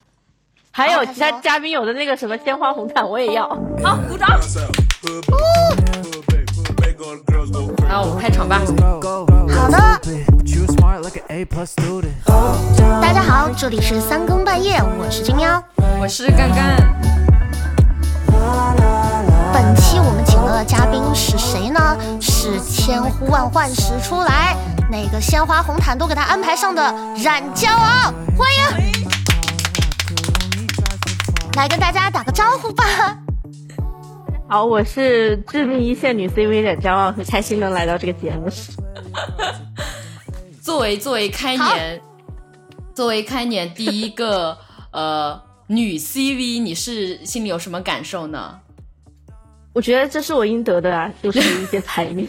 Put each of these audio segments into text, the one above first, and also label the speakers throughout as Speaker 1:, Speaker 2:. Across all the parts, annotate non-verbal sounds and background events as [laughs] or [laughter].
Speaker 1: 哦还有其他嘉宾有的那个什么鲜花红毯我也要。
Speaker 2: 好，鼓掌。
Speaker 3: 那我们开场吧。
Speaker 4: 好的，大家好，这里是三更半夜，我是金喵，
Speaker 3: 我是干干。
Speaker 4: 本期我们请到的嘉宾是谁呢？是千呼万唤始出来，那个鲜花红毯都给他安排上的冉骄傲，欢迎！来跟大家打个招呼吧。 [laughs]
Speaker 1: 好，我是致命一线女 CV 冉骄傲，很开心能来到这个节目。
Speaker 3: 作为作为开年，作为开年第一个 [laughs] 呃女 CV，你是心里有什么感受呢？
Speaker 1: 我觉得这是我应得的啊，就是一些才 [laughs] 艺。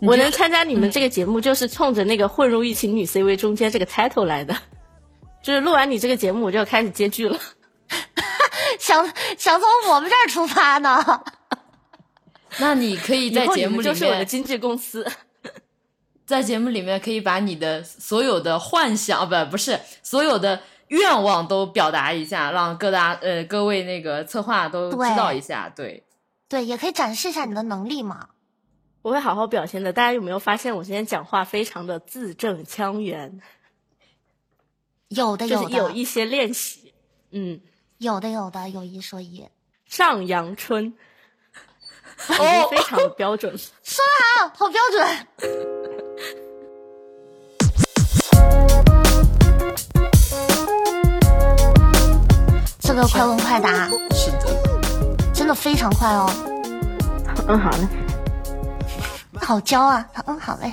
Speaker 1: 我能参加你们这个节目，就是冲着那个混入一群女 CV 中间这个 title 来 [laughs] 的。就是录完你这个节目，我就要开始接剧了。
Speaker 4: 想想从我们这儿出发呢？
Speaker 3: 那你可以在
Speaker 1: 以后
Speaker 3: 节
Speaker 1: 你
Speaker 3: 目
Speaker 1: 们
Speaker 3: 里
Speaker 1: 就是我的
Speaker 3: 面，
Speaker 1: 经纪公司。
Speaker 3: 在节目里面可以把你的所有的幻想，啊不不是所有的愿望都表达一下，让各大呃各位那个策划都
Speaker 4: 对
Speaker 3: 知道一下。对，
Speaker 4: 对，也可以展示一下你的能力嘛。
Speaker 1: 我会好好表现的。大家有没有发现我今天讲话非常的字正腔圆，
Speaker 4: 有的，
Speaker 1: 就是
Speaker 4: 有的，
Speaker 1: 有一些练习。嗯，
Speaker 4: 有的，有的，有一说一，
Speaker 1: 上阳春，已经非常标准。
Speaker 4: 啊，好标准。这个快问快答
Speaker 3: 是的。
Speaker 4: 真的非常快哦，
Speaker 1: [laughs] 嗯，好嘞。
Speaker 4: 好教啊！嗯，好嘞。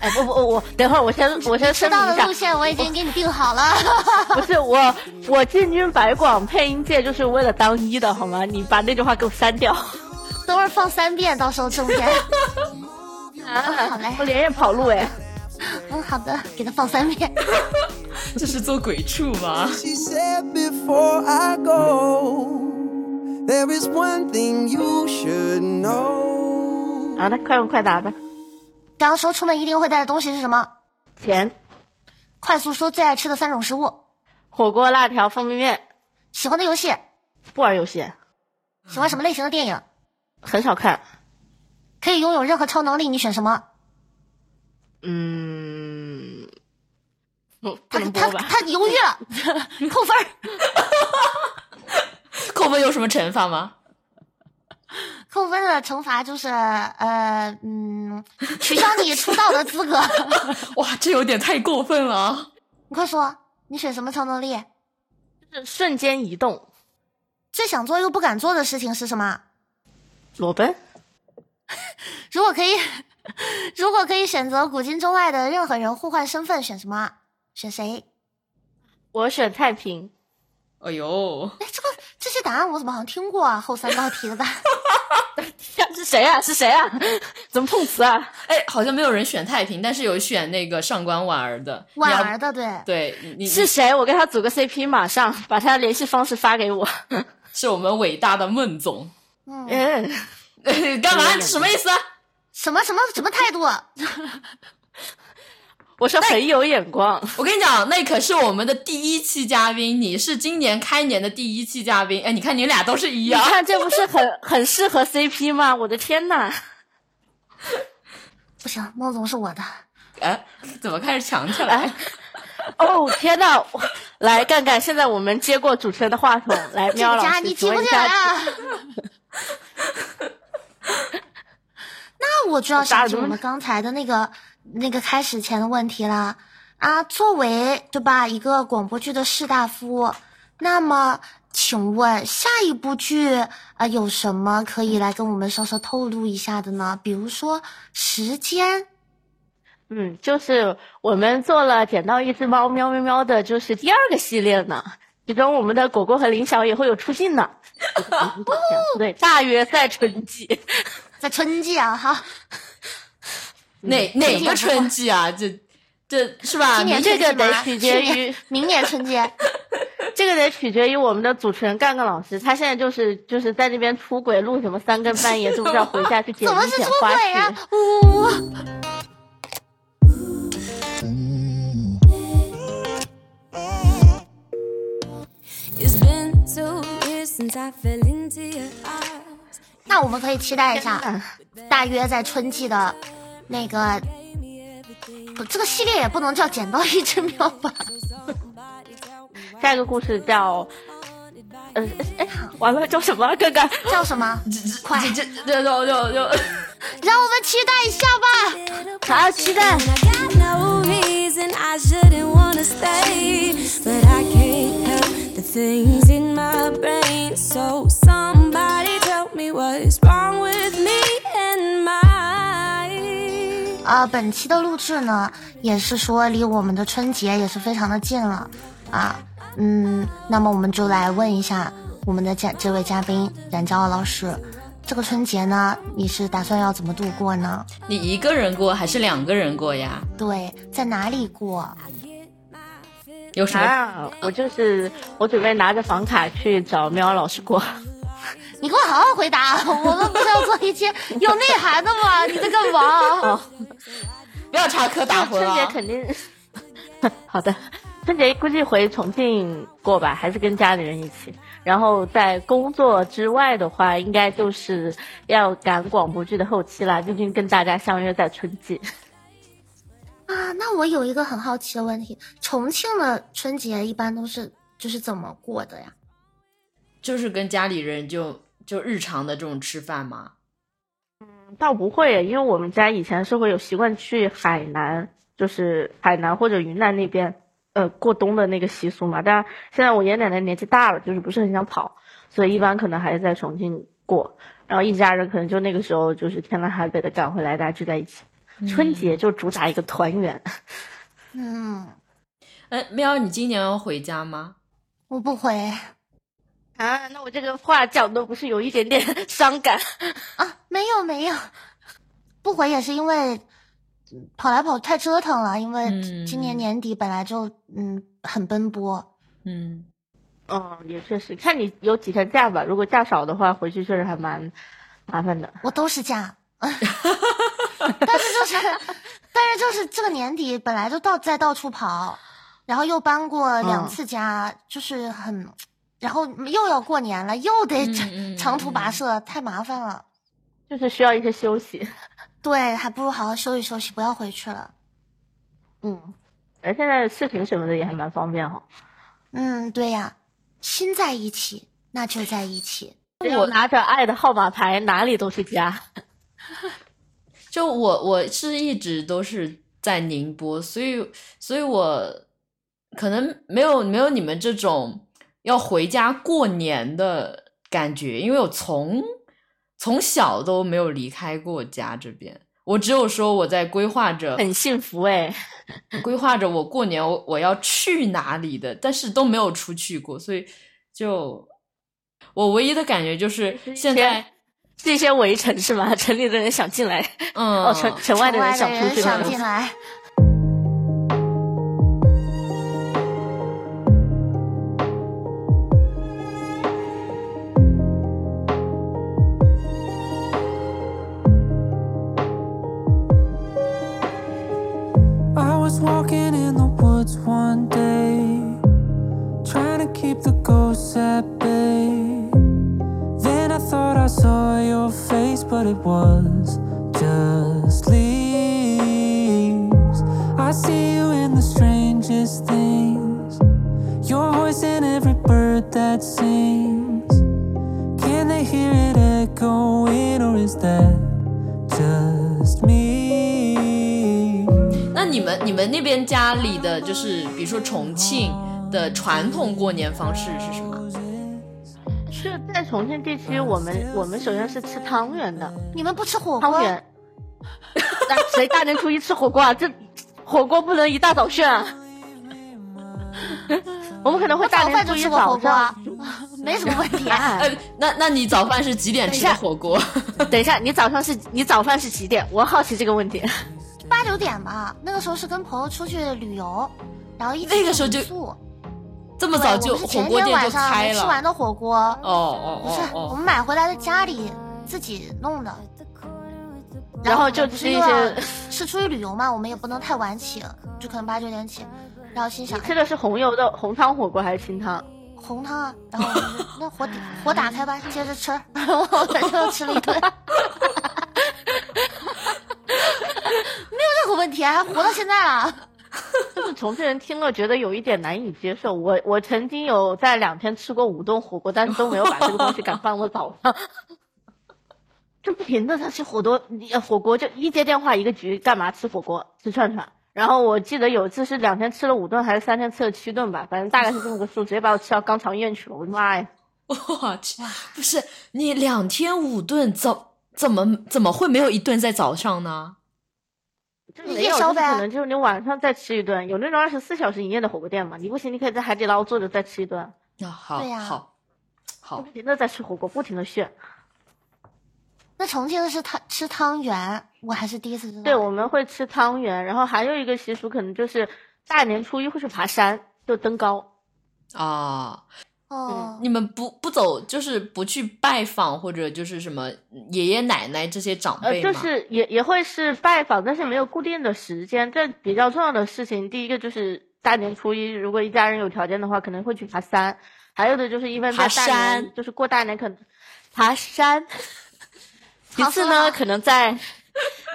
Speaker 1: 哎，不不，我我等会儿，我 [laughs] 先我先
Speaker 4: 迟
Speaker 1: 声
Speaker 4: 到
Speaker 1: 明
Speaker 4: 的路
Speaker 1: 一下，
Speaker 4: 线我已经给你定好了。
Speaker 1: [laughs]
Speaker 4: [laughs]
Speaker 1: 不是我我进军百广配音界就是为了当一的好吗？你把那句话给我删掉。
Speaker 4: 等会儿放三遍，到时候正片。嗯，好嘞
Speaker 1: [laughs] 我。连夜跑路哎。
Speaker 4: 嗯，好的，给他放三遍。
Speaker 3: 这是做鬼畜
Speaker 1: [laughs]
Speaker 3: 吗？
Speaker 5: She said before I go, there is one thing you should know.
Speaker 1: 好的，快问快答吧。
Speaker 4: 刚刚说出门一定会带的东西是什么？
Speaker 1: 钱，
Speaker 4: 快速说最爱吃的三种食物。
Speaker 1: 火锅、辣条、方便面，
Speaker 4: 喜欢的游戏，
Speaker 1: 不玩游戏，
Speaker 4: 喜欢什么类型的电影？
Speaker 1: 很少看。
Speaker 4: 可以拥有任何超能力，你选什么？
Speaker 1: 嗯，不不
Speaker 4: 他
Speaker 1: 能
Speaker 4: 他
Speaker 1: 播吧？
Speaker 4: 他犹豫
Speaker 1: [laughs]
Speaker 4: 了，扣分儿。
Speaker 3: 扣分有什么惩罚吗？
Speaker 1: [laughs]
Speaker 4: 扣分的惩罚就是呃嗯，取消你出道的资格。 [laughs]
Speaker 3: 哇，这有点太过分了啊！
Speaker 4: 你快说，你选什么超能力？
Speaker 1: 是瞬间移动，
Speaker 4: 最想做又不敢做的事情是什么？
Speaker 1: 裸奔。
Speaker 4: 如果可以， [laughs] 如果可以选择古今中外的任何人互换身份，选什么？选谁？
Speaker 1: 我选太平，
Speaker 3: 哎呦，
Speaker 4: 哎，这个这些答案我怎么好像听过啊？后三道题
Speaker 1: [laughs]
Speaker 4: 的吧？
Speaker 1: 呀 [laughs] 是谁啊？是谁啊？ [laughs] 怎么碰瓷啊？
Speaker 3: 哎，好像没有人选太平，但是有选那个上官婉儿的。
Speaker 4: 婉
Speaker 3: 你要
Speaker 4: 儿的对，
Speaker 3: 对，你你
Speaker 1: [laughs] 是谁？我跟他组个 CP，马上把他联系方式发给我。
Speaker 3: 是我们伟大的孟总。 [laughs]
Speaker 4: 嗯，
Speaker 1: 嗯，
Speaker 3: 干嘛？这什么意思啊？
Speaker 4: 什么什么什么态度？
Speaker 1: [laughs] 我说很有眼光，
Speaker 3: 我跟你讲，那可是我们的第一期嘉宾，你是今年开年的第一期嘉宾。哎，你看你俩都是一
Speaker 1: 你
Speaker 3: 样，
Speaker 1: 看这不是很 [laughs] 很适合 CP 吗？我的天呐！
Speaker 4: 不行，孟总是我的，
Speaker 3: 哎，怎么开始强起来
Speaker 1: 哎？ [laughs] 哦天呐！我来干干，现在我们接过主持人的话筒，来
Speaker 4: 这
Speaker 1: 喵
Speaker 4: 个
Speaker 1: 老
Speaker 4: 家
Speaker 1: 师，
Speaker 4: 你提
Speaker 1: 请
Speaker 4: 不
Speaker 1: 问一
Speaker 4: 进来
Speaker 1: 下，
Speaker 4: 啊。 [laughs] 那我就要想起我们刚才的那个那个开始前的问题了啊。作为对吧一个广播剧的士大夫，那么请问下一部剧啊、呃有什么可以来跟我们稍稍透露一下的呢？比如说时间，
Speaker 1: 嗯，就是我们做了《捡到一只猫喵喵喵》的，就是第二个系列呢。其中我们的果果和林晓也会有出镜呢。对，大约在春季。
Speaker 4: 在春季啊，好，
Speaker 3: 哪哪
Speaker 4: 今
Speaker 3: 个
Speaker 4: 年不
Speaker 3: 春季啊？这这是吧？
Speaker 4: 今年
Speaker 3: 你
Speaker 1: 这
Speaker 4: 春季
Speaker 1: 个得
Speaker 4: 吗
Speaker 1: 取决 [laughs]
Speaker 4: 去年
Speaker 1: 于
Speaker 4: 明年春 [laughs] 季。
Speaker 1: 这个得取决于我们的主持人干干老师，他现在就是就是在那边出轨，录什么三更半夜，知不知道回家去剪
Speaker 4: 怎么
Speaker 1: 一
Speaker 4: 是
Speaker 1: 剪
Speaker 4: 出
Speaker 1: 花
Speaker 4: 轨
Speaker 1: 絮
Speaker 4: 啊？？呜、
Speaker 2: since I fell into your arms.
Speaker 4: 那我们可以期待一下，大约在春季的那个
Speaker 2: Gave me everything.
Speaker 4: 不，这个系列也不能叫剪刀一只喵
Speaker 3: [laughs]
Speaker 4: 吧？
Speaker 2: Somebody tell me why
Speaker 1: 下一个故事叫，呃，哎，完了叫什么？啊哥哥，
Speaker 4: 叫什么？快
Speaker 3: 这这这就就就 [laughs]
Speaker 4: 让我们期待一下吧！
Speaker 2: little
Speaker 1: 好期待
Speaker 2: And I got no reason I shouldn't wanna stay, but I can't help the things in my brain. So somebody tell me what's wrong with me and my.
Speaker 4: 呃，本期的录制呢，也是说离我们的春节也是非常的近了啊。嗯，那么我们就来问一下我们的嘉这位嘉宾冉骄傲老师，这个春节呢，你是打算要怎么度过呢？
Speaker 3: 你一个人过还是两个人过呀？
Speaker 4: 对，在哪里过？
Speaker 3: 有什么？
Speaker 1: 啊，我就是我准备拿着房卡去找喵老师过。
Speaker 4: 啊你给我好好回答，啊我们不是要做一期有内涵的吗？啊你在干
Speaker 1: 哦
Speaker 4: 嘛？
Speaker 3: 不要插科打诨
Speaker 1: 春节
Speaker 3: 啊！
Speaker 1: 肯定， [laughs] 好的，春节估计回重庆过吧，还是跟家里人一起。然后在工作之外的话，应该就是要赶广播剧的后期啦，毕竟跟大家相约在春季。
Speaker 4: 啊，那我有一个很好奇的问题，重庆的春节一般都是就是怎么过的呀？
Speaker 3: 就是跟家里人就就日常的这种吃饭嘛。
Speaker 1: 倒不会，因为我们家以前是会有习惯去海南，就是海南或者云南那边，呃，过冬的那个习俗嘛。但现在我爷爷奶奶年纪大了，就是不是很想跑，所以一般可能还是在重庆过。然后一家人可能就那个时候就是天南海北的赶回来，大家聚在一起。春节就主打一个团圆，
Speaker 4: 嗯，
Speaker 3: 哎，喵，你今年要回家吗？
Speaker 4: 我不回
Speaker 1: [laughs] 啊，那我这个话讲的不是有一点 [laughs] 点伤感？
Speaker 4: 啊，没有没有，不回也是因为嗯跑来跑太折腾了，因为
Speaker 3: 嗯
Speaker 4: 今年年底本来就嗯很奔波。
Speaker 3: 嗯，
Speaker 1: 嗯，也确实，看你有几天假吧。如果假少的话，回去确实还蛮麻烦的。
Speaker 4: 我都是假， [laughs] 但是就是，但是就是这个年底本来就到在到处跑，然后又搬过两
Speaker 1: 嗯
Speaker 4: 次家，就是很，然后又要过年了，又得
Speaker 3: 嗯
Speaker 4: 长
Speaker 3: 嗯
Speaker 4: 长途跋
Speaker 3: 嗯
Speaker 4: 涉，太麻烦了。
Speaker 1: 就是需要一些休息。
Speaker 4: 对，还不如好好休息休息，不要回去了。
Speaker 1: 嗯，而现在视频什么的也还蛮方便哈。
Speaker 4: 嗯，对呀，心在一起，那就在一起。
Speaker 1: 我拿着爱的号码牌，哪里都是家。
Speaker 3: 就我我是一直都是在宁波，所以所以我可能没有没有你们这种要回家过年的感觉，因为我从从小都没有离开过家这边。我只有说我在规划着，
Speaker 1: 很幸福哎、
Speaker 3: 规划着我过年我我要去哪里的，但是都没有出去过，所以就我唯一的感觉就是
Speaker 1: 就是一
Speaker 3: 现
Speaker 1: 些
Speaker 3: 在，
Speaker 1: 是一些围城是吗？城里的人想进来，
Speaker 3: 嗯，
Speaker 1: 哦，城城外的人
Speaker 4: 外
Speaker 1: 想
Speaker 4: 的
Speaker 1: 出
Speaker 4: 人
Speaker 1: 去那
Speaker 4: 想
Speaker 1: 种
Speaker 4: 进。来，
Speaker 5: I was walking in the woods one day, trying to keep the ghosts at bay. Then I thought I saw your face, but it was just leaves. I see you in the strangest things, your voice in every bird that sings. Can they hear it echoing, or is that just me?
Speaker 3: 那你们你们那边家里的就是比如说重庆的传统过年方式是什么？
Speaker 1: 是在重庆地区，我们我们首先是吃汤圆的，
Speaker 4: 你们不吃火锅
Speaker 1: 汤？圆。 [laughs] 那谁大年初一吃火锅啊？这火锅不能一大早炫啊！ [laughs] 我们可能会
Speaker 4: 我
Speaker 1: 大
Speaker 4: 早
Speaker 1: 年
Speaker 4: 饭
Speaker 1: 初
Speaker 4: 就
Speaker 1: 一
Speaker 4: 吃过火
Speaker 1: 早
Speaker 4: 锅啊
Speaker 1: 上。， [laughs]
Speaker 4: [laughs] 没什么问题啊。
Speaker 1: 哎，
Speaker 3: 呃，那那你早饭是几点吃
Speaker 1: 等
Speaker 3: 的
Speaker 1: 一下
Speaker 3: 火锅？ [laughs]
Speaker 1: 等一下，你早上是你早饭是几点？我好奇这个问题。
Speaker 4: 八九点吧，那个时候是跟朋友出去旅游，然后一起
Speaker 3: 那个时候
Speaker 4: 住
Speaker 3: 就
Speaker 4: 民宿
Speaker 3: 这么
Speaker 4: 对
Speaker 3: 早
Speaker 4: 我
Speaker 3: 就
Speaker 4: 们是
Speaker 3: 火
Speaker 4: 前
Speaker 3: 锅
Speaker 4: 天
Speaker 3: 店就
Speaker 4: 晚上
Speaker 3: 开
Speaker 4: 没吃
Speaker 3: 了？
Speaker 4: 完的火锅，
Speaker 3: 哦哦
Speaker 4: 不是、
Speaker 3: 哦
Speaker 4: 我
Speaker 3: 哦，
Speaker 4: 们买回来在家里自己弄的。
Speaker 1: 然后就
Speaker 4: 我们不是
Speaker 1: 吃一
Speaker 4: 又要
Speaker 1: 些，
Speaker 4: 是出去旅游嘛，我们也不能太晚起，就可能八九点起，然后心想哎
Speaker 1: 吃的是红油的红汤火锅还是清汤？
Speaker 4: 红汤啊，然后我们就那火底火打开吧，接着吃。然后我们就吃了一顿， [laughs] 没有任何问题，啊还活到现在了。
Speaker 1: 就是重庆人听了觉得有一点难以接受。我我曾经有在两天吃过五顿火锅，但是都没有把这个 [laughs] 东西敢放到早上。就不停的他吃火锅，呃火锅就一接电话一个局，干嘛吃火锅吃串串。然后我记得有一次是两天吃了五顿，还是三天吃了七顿吧，反正大概是这么个数，直接把我吃到肛肠医院去了。我的妈呀！
Speaker 3: 我去，不是你两天五顿怎怎么怎么会没有一顿在早上呢？
Speaker 1: 就
Speaker 4: 你
Speaker 1: 没
Speaker 4: 夜
Speaker 1: 有，
Speaker 4: 宵
Speaker 1: 就是
Speaker 4: 呗
Speaker 1: 可能就是你晚上再吃一顿，有那种二十四小时营业的火锅店嘛，你不行，你可以在海底捞坐着再吃一顿，
Speaker 3: 啊，好，
Speaker 4: 对呀
Speaker 3: 好，
Speaker 1: 就
Speaker 4: 哦
Speaker 3: 好
Speaker 1: 不，停的在吃火锅，不停的炫。
Speaker 4: 那重庆是汤吃汤圆，我还是第一次知道。
Speaker 1: 对，我们会吃汤圆，然后还有一个习俗可能就是大年初一会去爬山，就登高。
Speaker 3: 啊，
Speaker 1: 嗯
Speaker 4: 哦，
Speaker 3: 你们不不走，就是不去拜访或者就是什么爷爷奶奶这些长
Speaker 1: 呃，
Speaker 3: 辈吗？
Speaker 1: 就是也也会是拜访，但是没有固定的时间。这比较重要的事情，第一个就是大年初一，如果一家人有条件的话，可能会去爬山。还有的就是一般在
Speaker 3: 爬
Speaker 1: 大年，
Speaker 3: 山
Speaker 1: 就是过大年可能爬山。其
Speaker 4: 好
Speaker 1: 次
Speaker 4: 喝啊
Speaker 1: 呢，可能在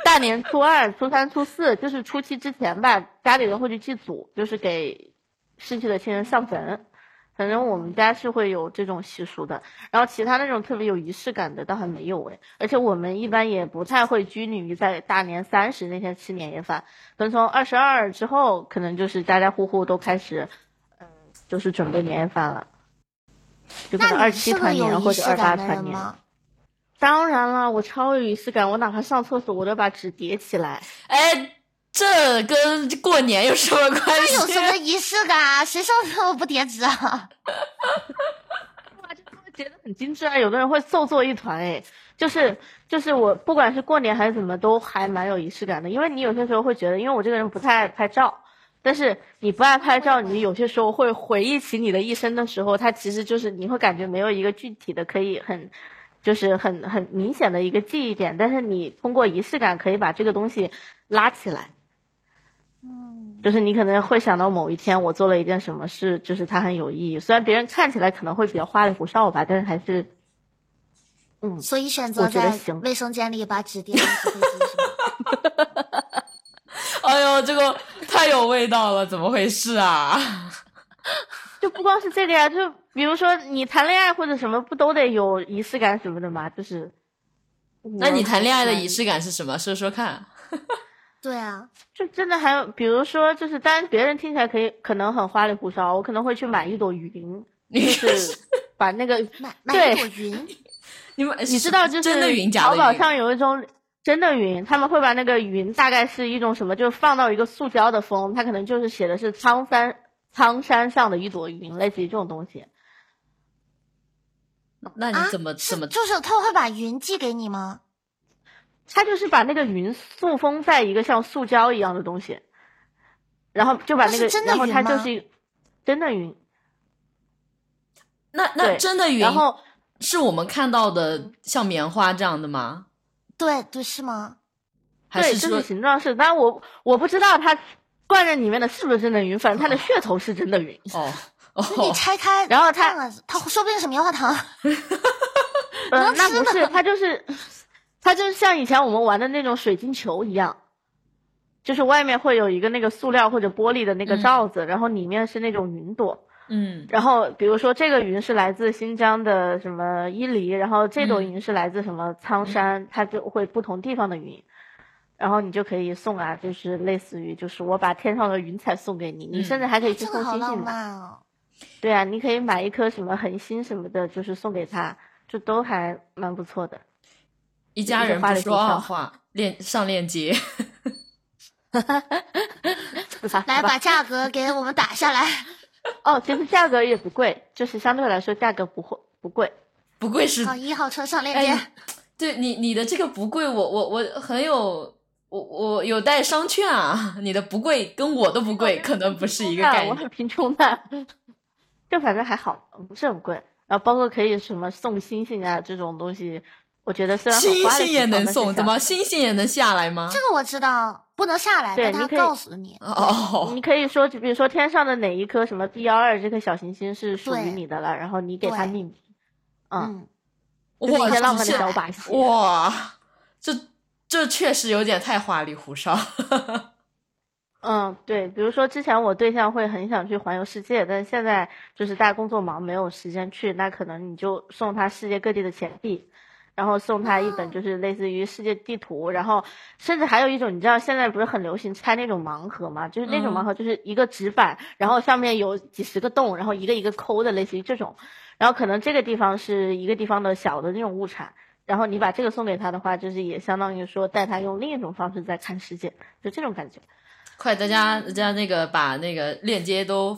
Speaker 1: 大年初二、初三、初四，就是初七之前吧，家里人会去祭祖，就是给逝去的亲人上坟。反正我们家是会有这种习俗的，然后其他那种特别有仪式感的倒还没有哎，而且我们一般也不太会拘泥于在大年三十那天吃年夜饭，可能从二十二之后，可能就是家家户户都开始，嗯，就是准备年夜饭了，就可能
Speaker 4: 那
Speaker 1: 二
Speaker 4: 你
Speaker 1: 七
Speaker 4: 是个
Speaker 1: 团
Speaker 4: 有
Speaker 1: 年或
Speaker 4: 仪
Speaker 1: 者
Speaker 4: 式
Speaker 1: 二八
Speaker 4: 感的
Speaker 1: 团
Speaker 4: 人
Speaker 1: 年。 [laughs]
Speaker 4: 吗？
Speaker 1: 当然啦，我超有仪式感，我哪怕上厕所，我都把纸叠起来。
Speaker 3: 哎，这跟过年有什么关系？
Speaker 4: 那有什么仪式感啊？谁上厕所不叠纸啊？
Speaker 1: 哇，就他们叠的很精致啊，有的人会凑作一团哎，就是就是我不管是过年还是怎么，都还蛮有仪式感的。因为你有些时候会觉得，因为我这个人不太爱拍照，但是你不爱拍照，你有些时候会回忆起你的一生的时候，它其实就是你会感觉没有一个具体的可以很。就是很很明显的一个记忆点，但是你通过仪式感可以把这个东西拉起来。就是你可能会想到某一天我做了一件什么事，就是它很有意义。虽然别人看起来可能会比较花里胡哨吧，但是还是
Speaker 4: 所以选
Speaker 1: 我
Speaker 4: 择
Speaker 1: 觉得
Speaker 4: 在
Speaker 1: 行
Speaker 4: 卫生间里把纸叠成纸飞机是吗？
Speaker 3: [laughs]
Speaker 4: [laughs]
Speaker 3: 哎呦，这个太有味道了，怎么回
Speaker 1: [laughs]
Speaker 3: 事啊？
Speaker 1: 就不光是这个呀，就比如说你谈恋爱或者什么，不都得有仪式感什么的吗？就是，
Speaker 3: 那你谈恋爱的仪式感是什么？说说看。
Speaker 4: 对啊，
Speaker 1: 就真的还有，比如说就是，当然别人听起来可以可能很花里胡哨，我可能会去买一朵云，就
Speaker 3: 你 [laughs]
Speaker 1: 是把那个
Speaker 4: 买买
Speaker 1: 对
Speaker 4: 一朵
Speaker 1: [laughs]
Speaker 4: 云，
Speaker 3: 你们
Speaker 1: 你知道，就是
Speaker 3: 哎真的云假
Speaker 1: 淘
Speaker 3: 的
Speaker 1: 宝
Speaker 3: 云？
Speaker 1: 上有一种真的云，他们会把那个云大概是一种什么，就放到一个塑胶的封，它可能就是写的是苍山苍山上的一朵云，类似于这种东西。
Speaker 3: 那你怎么、
Speaker 4: 啊、
Speaker 3: 怎么
Speaker 4: 是就是他会把云寄给你吗？
Speaker 1: 它就是把那个云塑封在一个像塑胶一样的东西，然后就把那
Speaker 4: 那
Speaker 1: 个，
Speaker 4: 是真的
Speaker 1: 然后它
Speaker 4: 云吗
Speaker 1: 就是一真的云，
Speaker 3: 那那
Speaker 1: 对
Speaker 3: 真的云？
Speaker 1: 然后
Speaker 3: 是我们看到的像棉花这样的吗？
Speaker 4: 对对是吗？
Speaker 3: 还
Speaker 1: 对，
Speaker 3: 说
Speaker 1: 这是形状是，当然我我不知道它灌在里面的是不是真的云，反正它的噱头是真的
Speaker 3: [laughs]
Speaker 1: 云。 [laughs]
Speaker 3: 哦
Speaker 4: 你
Speaker 3: 哦
Speaker 4: 拆开，
Speaker 1: 然后它
Speaker 4: 看了，它说不定是棉花糖。
Speaker 1: 呃，
Speaker 4: 能
Speaker 1: 那
Speaker 4: 吃
Speaker 1: 不是，它
Speaker 3: [laughs]
Speaker 1: 就是，它就是像以前我们玩的那种水晶球一样，就是外面会有一个那个塑料或者玻璃的那个
Speaker 3: 嗯
Speaker 1: 罩子，然后里面是那种云朵。
Speaker 3: 嗯
Speaker 1: 然后比如说这个云是来自新疆的什么伊犁，然后这朵
Speaker 3: 嗯
Speaker 1: 云是来自什么苍山，它就会不同地方的云。然后你就可以送啊，就是类似于就是我把天上的云彩送给你，你
Speaker 3: 嗯
Speaker 1: 甚至还可以去
Speaker 4: 这
Speaker 1: 送
Speaker 4: 个好
Speaker 1: 星
Speaker 4: 浪
Speaker 1: 星呢。
Speaker 4: 漫哦！
Speaker 1: 对啊，你可以买一颗什么恒星什么的，就是送给他，就都还蛮不错
Speaker 3: [laughs]
Speaker 1: 的。
Speaker 3: 一家人不说二话，链上链接。
Speaker 4: 来把价格给我们打下来。
Speaker 1: 哦，其实价格也不贵，就是相对来说价格不会不贵。
Speaker 3: 不愧是
Speaker 4: 好，一号车上啊链
Speaker 3: 哎
Speaker 4: 接。，
Speaker 3: 对你你的这个不贵，我我我很有我我有待商榷啊。你的不贵跟我的不
Speaker 1: 哦
Speaker 3: 贵可能不是一个概
Speaker 1: 我
Speaker 3: 念
Speaker 1: 很贫穷的，就反正还好，不是很贵。然后包括可以什么送星星啊这种东西，我觉得虽然很
Speaker 3: 星
Speaker 1: 花的
Speaker 3: 星也
Speaker 1: 地方
Speaker 3: 能
Speaker 1: 但是
Speaker 3: 送，
Speaker 1: 想
Speaker 3: 怎么星星也能下来吗
Speaker 4: 这？个我知道，不能下来，
Speaker 1: 对
Speaker 4: 但他
Speaker 1: 你可以
Speaker 4: 告诉你，
Speaker 3: 哦，
Speaker 1: 你可以说，就比如说天上的哪一颗什么 B 幺二这颗小行星是属于
Speaker 4: 对
Speaker 1: 你的了，然后你给它
Speaker 4: 对
Speaker 1: 命名，嗯，
Speaker 4: 嗯，
Speaker 1: 这是
Speaker 3: 哇，
Speaker 1: 一些浪漫
Speaker 3: 这
Speaker 1: 的小把戏。
Speaker 3: 哇，这这确实有点太花里胡哨。
Speaker 1: 嗯，对，比如说之前我对象会很想去环游世界，但是现在就是大家工作忙，没有时间去，那可能你就送他世界各地的钱币，然后送他一本就是类似于世界地图，然后甚至还有一种，你知道现在不是很流行拆那种盲盒嘛？就是那种
Speaker 3: 嗯
Speaker 1: 盲盒，就是一个纸板，然后上面有几十个洞，然后一个一个抠的，类似于这种，然后可能这个地方是一个地方的小的那种物产。然后你把这个送给他的话，就是也相当于说带他用另一种方式在看世界，就这种感觉。
Speaker 3: 快，大家大家那个把那个链接都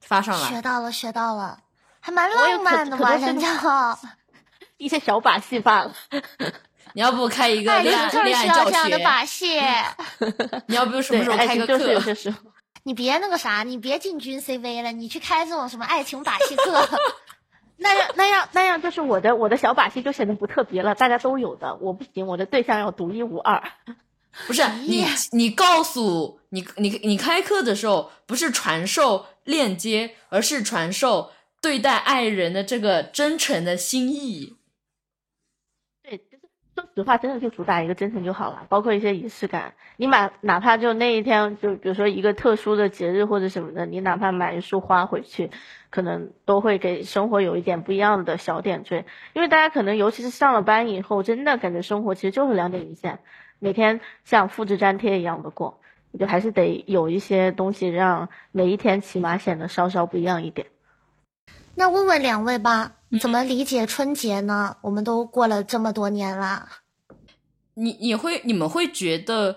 Speaker 3: 发上
Speaker 4: 学
Speaker 3: 来。
Speaker 4: 到了，学到了，还蛮
Speaker 1: 我有
Speaker 4: 浪
Speaker 1: 可
Speaker 4: 漫的
Speaker 1: 可
Speaker 4: 嘛，
Speaker 1: 多这
Speaker 4: 人
Speaker 1: 种
Speaker 4: 家。 [laughs]
Speaker 1: 一些小把戏罢了。
Speaker 3: 你要不开一个
Speaker 4: 爱
Speaker 3: 恋
Speaker 4: 情
Speaker 3: 爱
Speaker 4: 哎就是
Speaker 3: 恋爱
Speaker 4: 需要
Speaker 3: 教
Speaker 4: 这样的
Speaker 3: 学？
Speaker 4: 把戏， [laughs]
Speaker 3: 你要不什么
Speaker 1: 对，
Speaker 3: 时候
Speaker 1: 爱
Speaker 3: 开
Speaker 1: 情就
Speaker 3: 个
Speaker 1: 是有
Speaker 3: 课？
Speaker 1: 些时候，
Speaker 4: 你别那个啥，你别进军 CV 了，你去开这种什么爱情把戏课， [laughs]
Speaker 1: 那样那样那样，就是我的我的小把戏就显得不特别了，大家都有的。我不行，我的对象要独一无二。
Speaker 3: 不是你
Speaker 4: 呀，
Speaker 3: 你告诉你你你开课的时候，不是传授链接，而是传授对待爱人的这个真诚的心意。
Speaker 1: 对，就是说实话，真的就主打一个真诚就好了，包括一些仪式感。你买哪怕就那一天，就比如说一个特殊的节日或者什么的，你哪怕买一束花回去，可能都会给生活有一点不一样的小点缀。因为大家可能尤其是上了班以后，真的感觉生活其实就是两点一线，每天像复制粘贴一样的过，你就还是得有一些东西让每一天起码显得稍稍不一样一点。
Speaker 4: 那问问两位吧，
Speaker 1: 嗯
Speaker 4: 怎么理解春节呢？我们都过了这么多年了，
Speaker 3: 你你会你们会觉得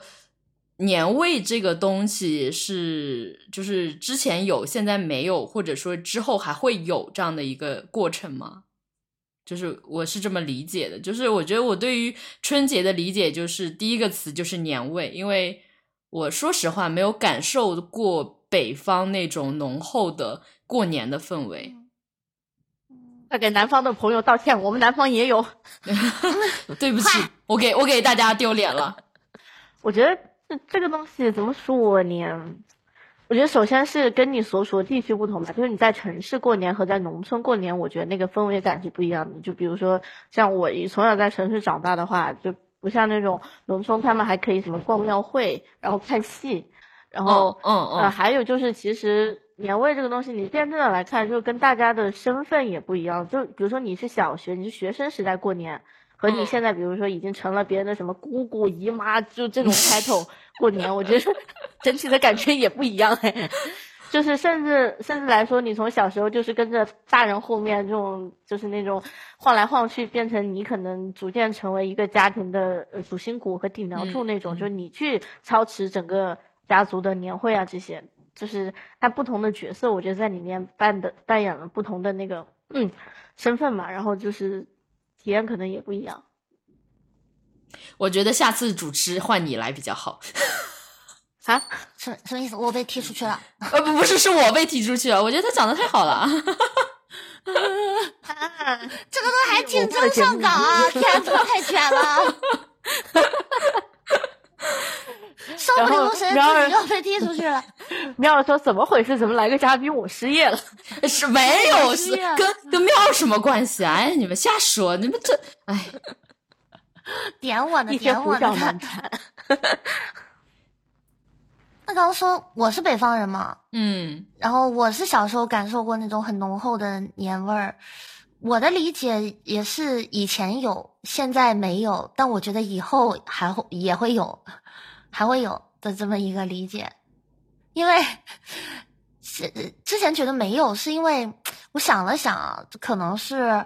Speaker 3: 年味这个东西是就是之前有，现在没有，或者说之后还会有这样的一个过程吗？就是我是这么理解的，就是我觉得我对于春节的理解就是第一个词就是年味，因为我说实话没有感受过北方那种浓厚的过年的氛围。
Speaker 1: 快给南方的朋友道歉，我们南方也有。
Speaker 3: 对不起
Speaker 4: 快，
Speaker 3: 我给我给大家丢脸了。
Speaker 1: 我觉得这这个东西怎么说呢？我觉得首先是跟你所属的地区不同吧，就是你在城市过年和在农村过年，我觉得那个氛围感是不一样的。就比如说像我一从小在城市长大的话，就不像那种农村，他们还可以什么逛庙会，然后看戏，然后、
Speaker 3: 嗯嗯嗯
Speaker 1: 呃，还有就是，其实年味这个东西，你辩证的来看，就跟大家的身份也不一样。就比如说你是小学，你是学生时代过年，和你
Speaker 3: 嗯
Speaker 1: 现在比如说已经成了别人的什么姑姑、姨妈，就
Speaker 3: [laughs]
Speaker 1: 这种 title 过年，我觉得 [laughs] 整体的感觉也不一样哎。就是甚至甚至来说，你从小时候就是跟着大人后面这种，就是那种晃来晃去，变成你可能逐渐成为一个家庭的呃主心骨和顶梁柱
Speaker 3: 嗯
Speaker 1: 那种，
Speaker 3: 嗯
Speaker 1: 就你去操持整个家族的年会啊这些，就是他不同的角色，我觉得在里面扮的扮演了不同的那个嗯身份嘛，然后就是体验可能也不一样。
Speaker 3: 我觉得下次主持换你来比较好。
Speaker 1: [sniffs] 啊，
Speaker 4: 什什么意思？我被踢出去了。
Speaker 3: 呃，不，不是，是我被踢出去了。我觉得他讲的太好了。啊
Speaker 4: 这个都还竞
Speaker 1: 我
Speaker 4: 争
Speaker 1: 不是节目
Speaker 4: 上
Speaker 1: [laughs]
Speaker 4: 岗啊！天啊，这太卷了， [laughs] 生不留神
Speaker 1: 然后
Speaker 4: 自己又被踢出去了。
Speaker 1: 妙儿说怎么回事？怎么来个嘉宾？我失业了。
Speaker 3: [laughs] 是没有，是
Speaker 4: 是啊
Speaker 3: 跟跟妙有什么关系啊？哎，你们瞎说，你们这，哎，
Speaker 4: 点我呢，
Speaker 1: 一些
Speaker 4: 点
Speaker 1: 胡
Speaker 4: 我呢
Speaker 1: 搅！蛮缠。
Speaker 4: 那刚刚说我是北方人嘛，
Speaker 3: 嗯
Speaker 4: 然后我是小时候感受过那种很浓厚的年味儿。我的理解也是以前有，现在没有，但我觉得以后还会也会有，还会有的这么一个理解。因为是之前觉得没有，是因为我想了想啊，可能是，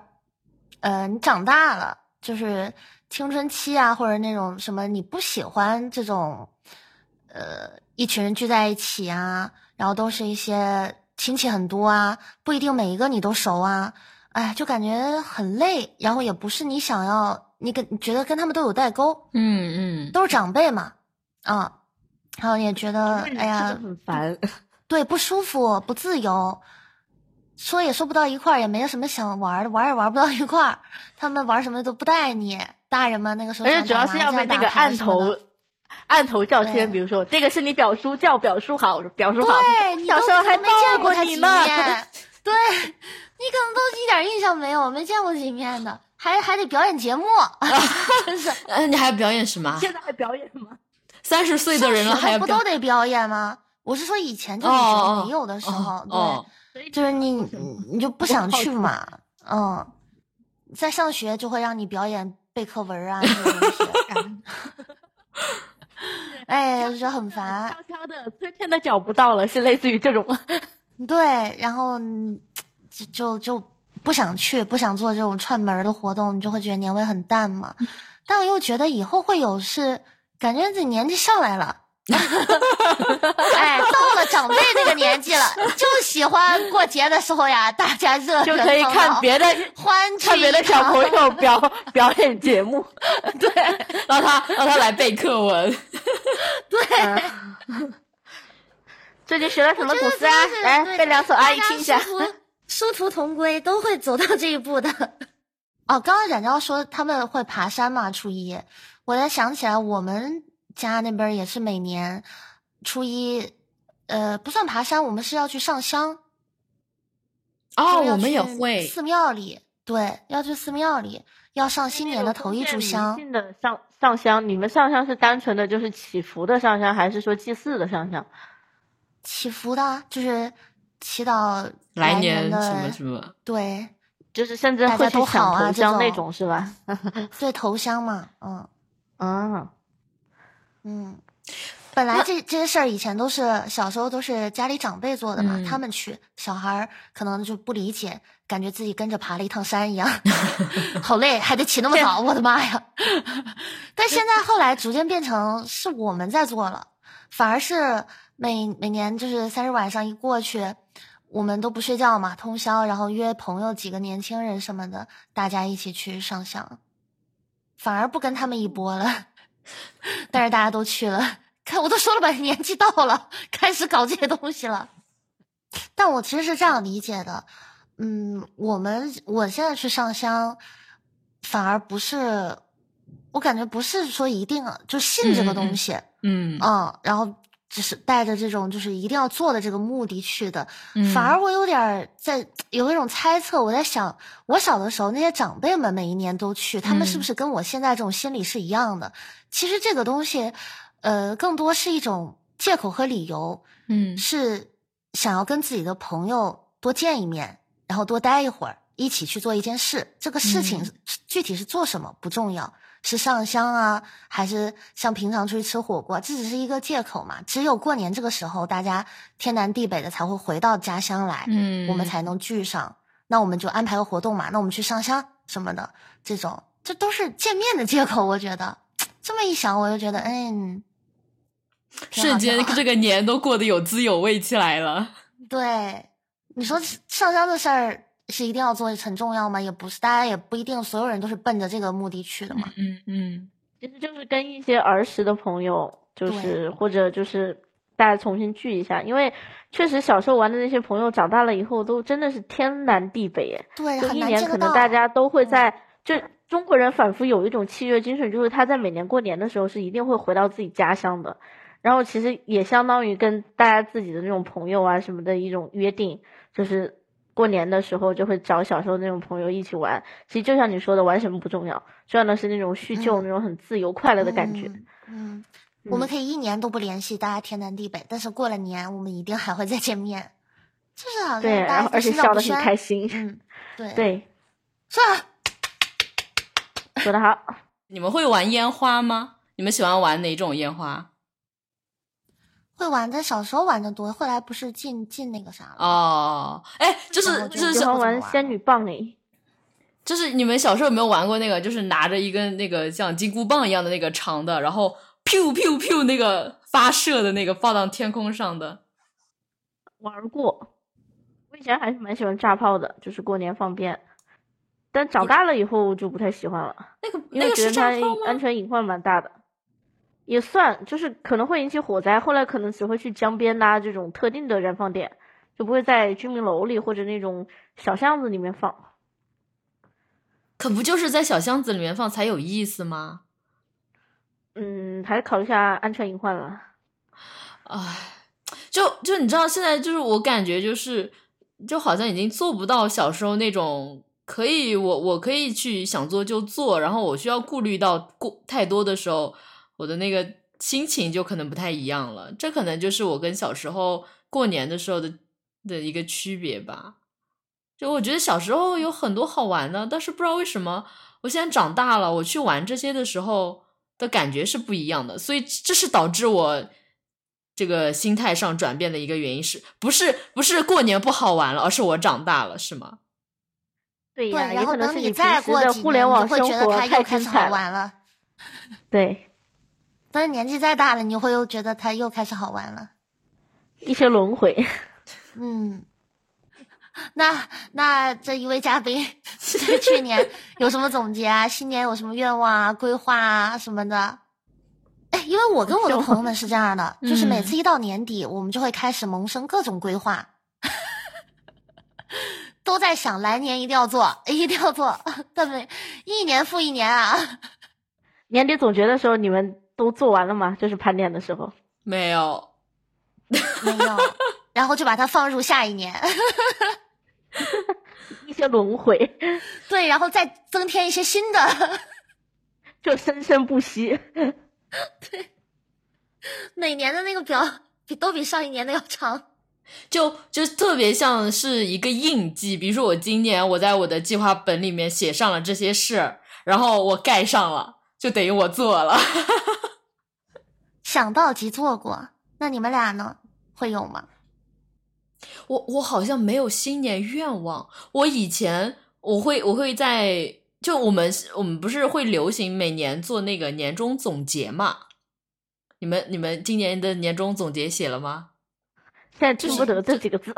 Speaker 4: 呃，你长大了，就是青春期啊，或者那种什么你不喜欢这种，呃，一群人聚在一起啊，然后都是一些亲戚很多啊，不一定每一个你都熟啊，哎，就感觉很累，然后也不是你想要，你跟你觉得跟他们都有代沟，
Speaker 3: 嗯嗯，
Speaker 4: 都是长辈嘛，啊，然后也觉得 [laughs] 哎呀
Speaker 1: 真的，很烦。
Speaker 4: 对，不舒服，不自由，说也说不到一块儿，也没有什么想玩儿的，玩儿也玩不到一块儿。他们玩什么都不带你，大人们那个时
Speaker 1: 而
Speaker 4: 候
Speaker 1: 且
Speaker 4: 想
Speaker 1: 主
Speaker 4: 打
Speaker 1: 要
Speaker 4: 麻
Speaker 1: 是
Speaker 4: 将，
Speaker 1: 要被那个
Speaker 4: 打牌
Speaker 1: 案
Speaker 4: 什么
Speaker 1: 头
Speaker 4: 的，
Speaker 1: 案头较
Speaker 4: 对
Speaker 1: 真，比如说这个是你表叔，叫表叔好，我说表叔好，
Speaker 4: 对，你
Speaker 1: 小
Speaker 4: 都
Speaker 1: 时候
Speaker 4: 可
Speaker 1: 还
Speaker 4: 能没见
Speaker 1: 抱
Speaker 4: 过
Speaker 1: 过
Speaker 4: 他
Speaker 1: 你
Speaker 4: 几
Speaker 1: 呢。
Speaker 4: 面，对你可能都一点印象没有，没见过几面的，还还得表演节目，真是
Speaker 3: 嗯、你还表演什么？
Speaker 1: 现在还表演吗？
Speaker 3: 三十岁的人了
Speaker 4: 上学
Speaker 3: 还要
Speaker 4: 不
Speaker 3: 表
Speaker 4: 都得表演吗？我是说以前就是时
Speaker 3: 哦
Speaker 4: 候没有的时候
Speaker 3: 哦，
Speaker 4: 对。
Speaker 3: 哦，
Speaker 4: 就是你你你就不想去嘛，嗯，在上学就会让你表演背课文啊，这种东西 [laughs] 哎，就很烦。
Speaker 1: 悄悄的，春天的找不到了，是类似于这种。
Speaker 4: 对，然后嗯就就就不想去，不想做这种串门儿的活动，你就会觉得年味很淡嘛。
Speaker 1: 嗯
Speaker 4: 但我又觉得以后会有是，感觉自己年纪上
Speaker 1: [laughs]
Speaker 4: 来了。哎，到了长辈那个年纪了，就喜欢过节的时候呀，大家热
Speaker 1: 就
Speaker 4: 热
Speaker 1: 可以
Speaker 4: 闹
Speaker 1: 看
Speaker 4: 闹
Speaker 1: 别的
Speaker 4: 欢聚
Speaker 1: 看别的
Speaker 4: 一
Speaker 1: 小
Speaker 4: 堂
Speaker 1: 朋友表表演节
Speaker 3: [laughs]
Speaker 1: 目，对，
Speaker 3: 让他让他来背
Speaker 4: [laughs]
Speaker 3: 课文。
Speaker 1: 最近学了什么古诗啊
Speaker 4: 真的？是
Speaker 1: 来
Speaker 4: 对
Speaker 1: 被两
Speaker 4: [laughs]
Speaker 1: 手阿姨
Speaker 4: 大家
Speaker 1: 听一下。
Speaker 4: 殊途殊途同归，都会走到这一步的。 [laughs] 哦，刚刚冉昭说他们会爬山嘛，初一，我才想起来我们家那边也是每年初一，呃，不算爬山，我们是要去上香。
Speaker 3: 哦，
Speaker 4: 就是要
Speaker 3: 我们也
Speaker 4: 去
Speaker 3: 会。
Speaker 4: 寺庙里，对，要去寺庙里，要上新年的头一炷香。
Speaker 1: 信的上上香，你们上香是单纯的就是祈福的上香，还是说祭祀的上香？
Speaker 4: 祈福的，啊就是祈祷
Speaker 3: 来
Speaker 4: 年
Speaker 3: 年
Speaker 4: 的
Speaker 3: 什么什么，
Speaker 4: 对
Speaker 1: 就是甚至
Speaker 4: 大家
Speaker 1: 会去
Speaker 4: 都好
Speaker 1: 抢
Speaker 4: 啊
Speaker 1: 头
Speaker 4: 这
Speaker 1: 香那
Speaker 4: 种
Speaker 1: 种是吧？
Speaker 4: 对头香嘛，嗯。
Speaker 1: 啊，
Speaker 4: 嗯，本来这这些事儿以前都是小时候都是家里长辈做的嘛，
Speaker 3: 嗯
Speaker 4: 他们去，小孩儿可能就不理解，感觉自己跟着爬了一趟山一样，好累，还得起那么早，我的妈呀！但现在后来逐渐变成是我们在做了，反而是每每年就是三十晚上一过去。我们都不睡觉嘛，通宵，然后约朋友几个年轻人什么的，大家一起去上香，反而不跟他们一波了。但是大家都去了。看，我都说了吧，年纪到了，开始搞这些东西了。但我其实是这样理解的，嗯，我们我现在去上香，反而不是，我感觉不是说一定啊就信这个东西，
Speaker 3: 嗯，
Speaker 4: 嗯，然后只是带着这种就是一定要做的这个目的去的，
Speaker 3: 嗯
Speaker 4: 反而我有点儿在有一种猜测，我在想，我小的时候那些长辈们每一年都去，他们是不
Speaker 3: 嗯
Speaker 4: 是跟我现在这种心理是一样的？其实这个东西，呃，更多是一种借口和理由，
Speaker 3: 嗯
Speaker 4: 是想要跟自己的朋友多见一面，然后多待一会儿，一起去做一件事。这个事情
Speaker 3: 嗯
Speaker 4: 是、具体是做什么不重要，是上香啊，还是像平常出去吃火锅，这只是一个借口嘛。只有过年这个时候，大家天南地北的才会回到家乡来，
Speaker 3: 嗯，
Speaker 4: 我们才能聚上。那我们就安排个活动嘛，那我们去上香什么的，这种这都是见面的借口。我觉得这么一想，我就觉得，嗯，挺好
Speaker 3: 瞬
Speaker 4: 挺
Speaker 3: 间
Speaker 4: 好
Speaker 3: 这个年都过得有滋有味起来了。
Speaker 4: 对，你说上香的事儿是一定要做，很重要吗？也不是，大家也不一定所有人都是奔着这个目的去的嘛。
Speaker 3: 嗯嗯
Speaker 1: 其实就是跟一些儿时的朋友，就
Speaker 4: 对
Speaker 1: 是或者就是大家重新聚一下，因为确实小时候玩的那些朋友，长大了以后都真的是天南地北耶，
Speaker 4: 对，
Speaker 1: 就
Speaker 4: 哎很
Speaker 1: 一
Speaker 4: 难
Speaker 1: 年
Speaker 4: 见
Speaker 1: 可
Speaker 4: 得
Speaker 1: 能
Speaker 4: 到。嗯
Speaker 1: 大家都会在就。中国人反复有一种契约精神，就是他在每年过年的时候是一定会回到自己家乡的，然后其实也相当于跟大家自己的那种朋友啊什么的一种约定，就是过年的时候就会找小时候那种朋友一起玩。其实就像你说的，玩什么不重要，重要的是那种叙旧、
Speaker 4: 嗯
Speaker 1: 那种很自由快乐的感觉。
Speaker 4: 嗯。嗯，我们可以一年都不联系，大家天南地北，但是过了年，我们一定还会再见面。就是好像
Speaker 1: 嗯对，
Speaker 4: 大
Speaker 1: 然
Speaker 4: 家
Speaker 1: 后而且
Speaker 4: 心照
Speaker 1: 笑
Speaker 4: 不
Speaker 1: 得很
Speaker 4: 宣
Speaker 1: 开。心。 [laughs]
Speaker 4: 嗯，对，
Speaker 1: 对，
Speaker 4: 是吧？
Speaker 1: 说得好。
Speaker 3: 你们会玩烟花吗？你们喜欢玩哪种烟花？
Speaker 4: 会玩，但小时候玩的多，后来不是进进那个啥了？
Speaker 3: 哦，哎，就是
Speaker 4: 我觉
Speaker 3: 就
Speaker 4: 得
Speaker 1: 喜
Speaker 3: 是
Speaker 1: 欢
Speaker 4: 我怎么
Speaker 1: 玩
Speaker 4: 玩啊
Speaker 1: 仙女棒诶，
Speaker 3: 就是你们小时候有没有玩过那个，就是拿着一根那个像金箍棒一样的那个长的，然后 pew pew pew 那个发射的那个放到天空上的？
Speaker 1: 玩过。我以前还是蛮喜欢炸炮的，就是过年放鞭。但长大了以后就不太喜欢了，
Speaker 3: 那个
Speaker 1: 因
Speaker 3: 那
Speaker 1: 为
Speaker 3: 个
Speaker 1: 觉
Speaker 3: 是
Speaker 1: 得
Speaker 3: 炸
Speaker 1: 它嗯
Speaker 3: 炮吗？
Speaker 1: 安全隐患蛮大的。也算，就是可能会引起火灾，后来可能只会去江边呐、这种特定的燃放点，就不会在居民楼里或者那种小巷子里面放。
Speaker 3: 可不就是在小箱子里面放才有意思吗？
Speaker 1: 嗯，还是考虑一下安全隐患了。
Speaker 3: 唉，就就你知道，现在就是我感觉就是，就好像已经做不到小时候那种可以我我可以去想做就做，然后我需要顾虑到过太多的时候，我的那个心情就可能不太一样了。这可能就是我跟小时候过年的时候的的一个区别吧。就我觉得小时候有很多好玩的，但是不知道为什么，我现在长大了，我去玩这些的时候的感觉是不一样的，所以这是导致我这个心态上转变的一个原因是，不是不是过年不好玩了，而是我长大了，是吗？
Speaker 1: 对
Speaker 4: 对，
Speaker 1: 呀，也
Speaker 4: 然后
Speaker 1: 可能
Speaker 4: 等
Speaker 1: 是
Speaker 4: 你
Speaker 1: 你
Speaker 4: 再
Speaker 1: 平时
Speaker 4: 过
Speaker 1: 的
Speaker 4: 几
Speaker 1: 互
Speaker 4: 年，
Speaker 1: 联
Speaker 4: 你
Speaker 1: 网
Speaker 4: 会
Speaker 1: 生
Speaker 4: 觉得
Speaker 1: 活
Speaker 4: 它又
Speaker 1: 太
Speaker 4: 开
Speaker 1: 精
Speaker 4: 始好
Speaker 1: 彩了。
Speaker 4: 玩了。
Speaker 1: 对，
Speaker 4: 等你年纪再大了，你会又觉得它又开始好玩了。
Speaker 1: 一些轮回。 [laughs]
Speaker 4: 嗯，那那这一位嘉宾 [laughs] 对去年有什么总结啊？新年有什么愿望啊、规划啊什么的？哎，因为我跟 [laughs] 我的朋友们是这样的，就是每次一到年底，我们就会开始萌生各种规划， [laughs] 都在想来年一定要做， [laughs] 一定要做，但每一年复一年啊。
Speaker 1: 年底总结的时候，你们都做完了吗？就是盘点的时候。
Speaker 3: 没有，
Speaker 4: 没有， [laughs] 然后就把它放入下一年， [laughs]
Speaker 1: 一些轮回， [laughs]
Speaker 4: 对，然后再增添一些新的，
Speaker 1: 就生生不息。 [laughs]
Speaker 4: 每年的那个表比都比上一年的要长。
Speaker 3: 就就特别像是一个印记。比如说，我今年我在我的计划本里面写上了这些事儿，然后我盖上了，就等于我做了。
Speaker 4: 想到即做过，那你们俩呢？会有吗？
Speaker 3: 我我好像没有新年愿望。我以前我会我会在就我们我们不是会流行每年做那个年终总结嘛？你们你们今年的年终总结写了吗？
Speaker 1: 现在听不得这几个字，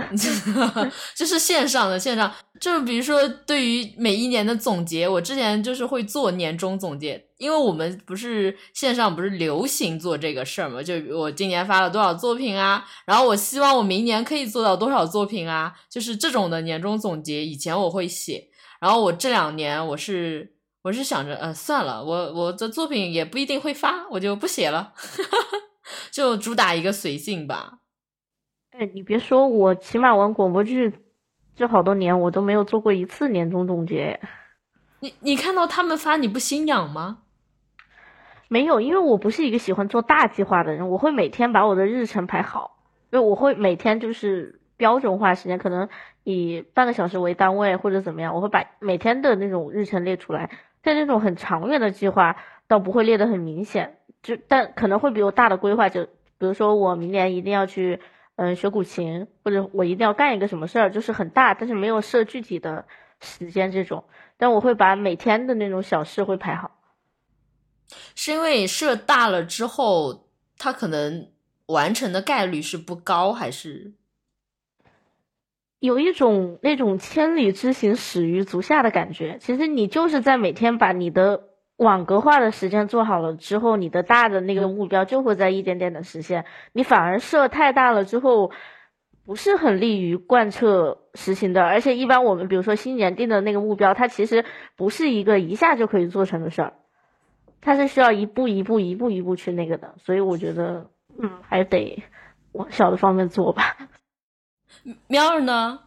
Speaker 3: 就是线上的线上，就是比如说对于每一年的总结，我之前就是会做年终总结，因为我们不是线上不是流行做这个事儿嘛，就我今年发了多少作品啊，然后我希望我明年可以做到多少作品啊，就是这种的年终总结，以前我会写，然后我这两年我是我是想着，呃，算了，我我的作品也不一定会发，我就不写了， [laughs] 就主打一个随性吧。
Speaker 1: [laughs] 哎，你别说我，起码玩广播剧这好多年，我都没有做过一次年终总结，
Speaker 3: 你你看到他们发你不心痒吗？
Speaker 1: 没有，因为我不是一个喜欢做大计划的人，我会每天把我的日程排好，因为我会每天就是标准化时间，可能以半个小时为单位或者怎么样，我会把每天的那种日程列出来。但那种很长远的计划倒不会列得很明显，就但可能会比我大的规划就，比如说我明年一定要去嗯、呃学古琴，或者我一定要干一个什么事儿，就是很大，但是没有设具体的时间这种。但我会把每天的那种小事会排好。
Speaker 3: 是因为设大了之后，它可能完成的概率是不高，还是
Speaker 1: 有一种那种千里之行始于足下的感觉。其实你就是在每天把你的网格化的时间做好了之后，你的大的那个目标就会在一点点的实现。你反而设太大了之后，不是很利于贯彻实行的。而且一般我们比如说新年定的那个目标，它其实不是一个一下就可以做成的事儿，它是需要一步一步、一步一步去那个的。所以我觉得，嗯，还得往小的方面做吧。
Speaker 3: 喵儿呢？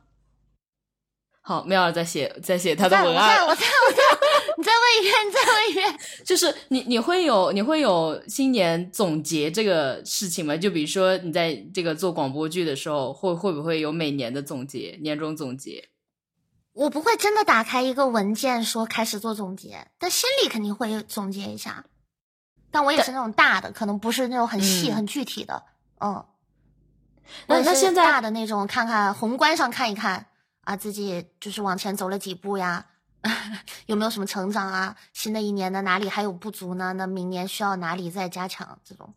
Speaker 3: 好，喵儿在写在写他
Speaker 4: 我
Speaker 3: 的
Speaker 4: 在我
Speaker 3: 文
Speaker 4: 在
Speaker 3: 案，
Speaker 4: 我在我在，你再 [laughs] 问一遍，你再问一遍。
Speaker 3: 就是你你会有你会有新年总结这个事情吗？就比如说你在这个做广播剧的时候，会会不会有每年的总结，年终总结？
Speaker 4: 我不会真的打开一个文件说开始做总结，但心里肯定会总结一下。但我也是那种大的，可能不是那种很细、
Speaker 3: 嗯
Speaker 4: 很具体的。嗯，我
Speaker 3: 那
Speaker 4: 也
Speaker 3: 那
Speaker 4: 是
Speaker 3: 现在
Speaker 4: 大的那种，看看宏观上看一看啊，自己就是往前走了几步呀， [laughs] 有没有什么成长啊？新的一年的哪里还有不足呢？那明年需要哪里再加强？这种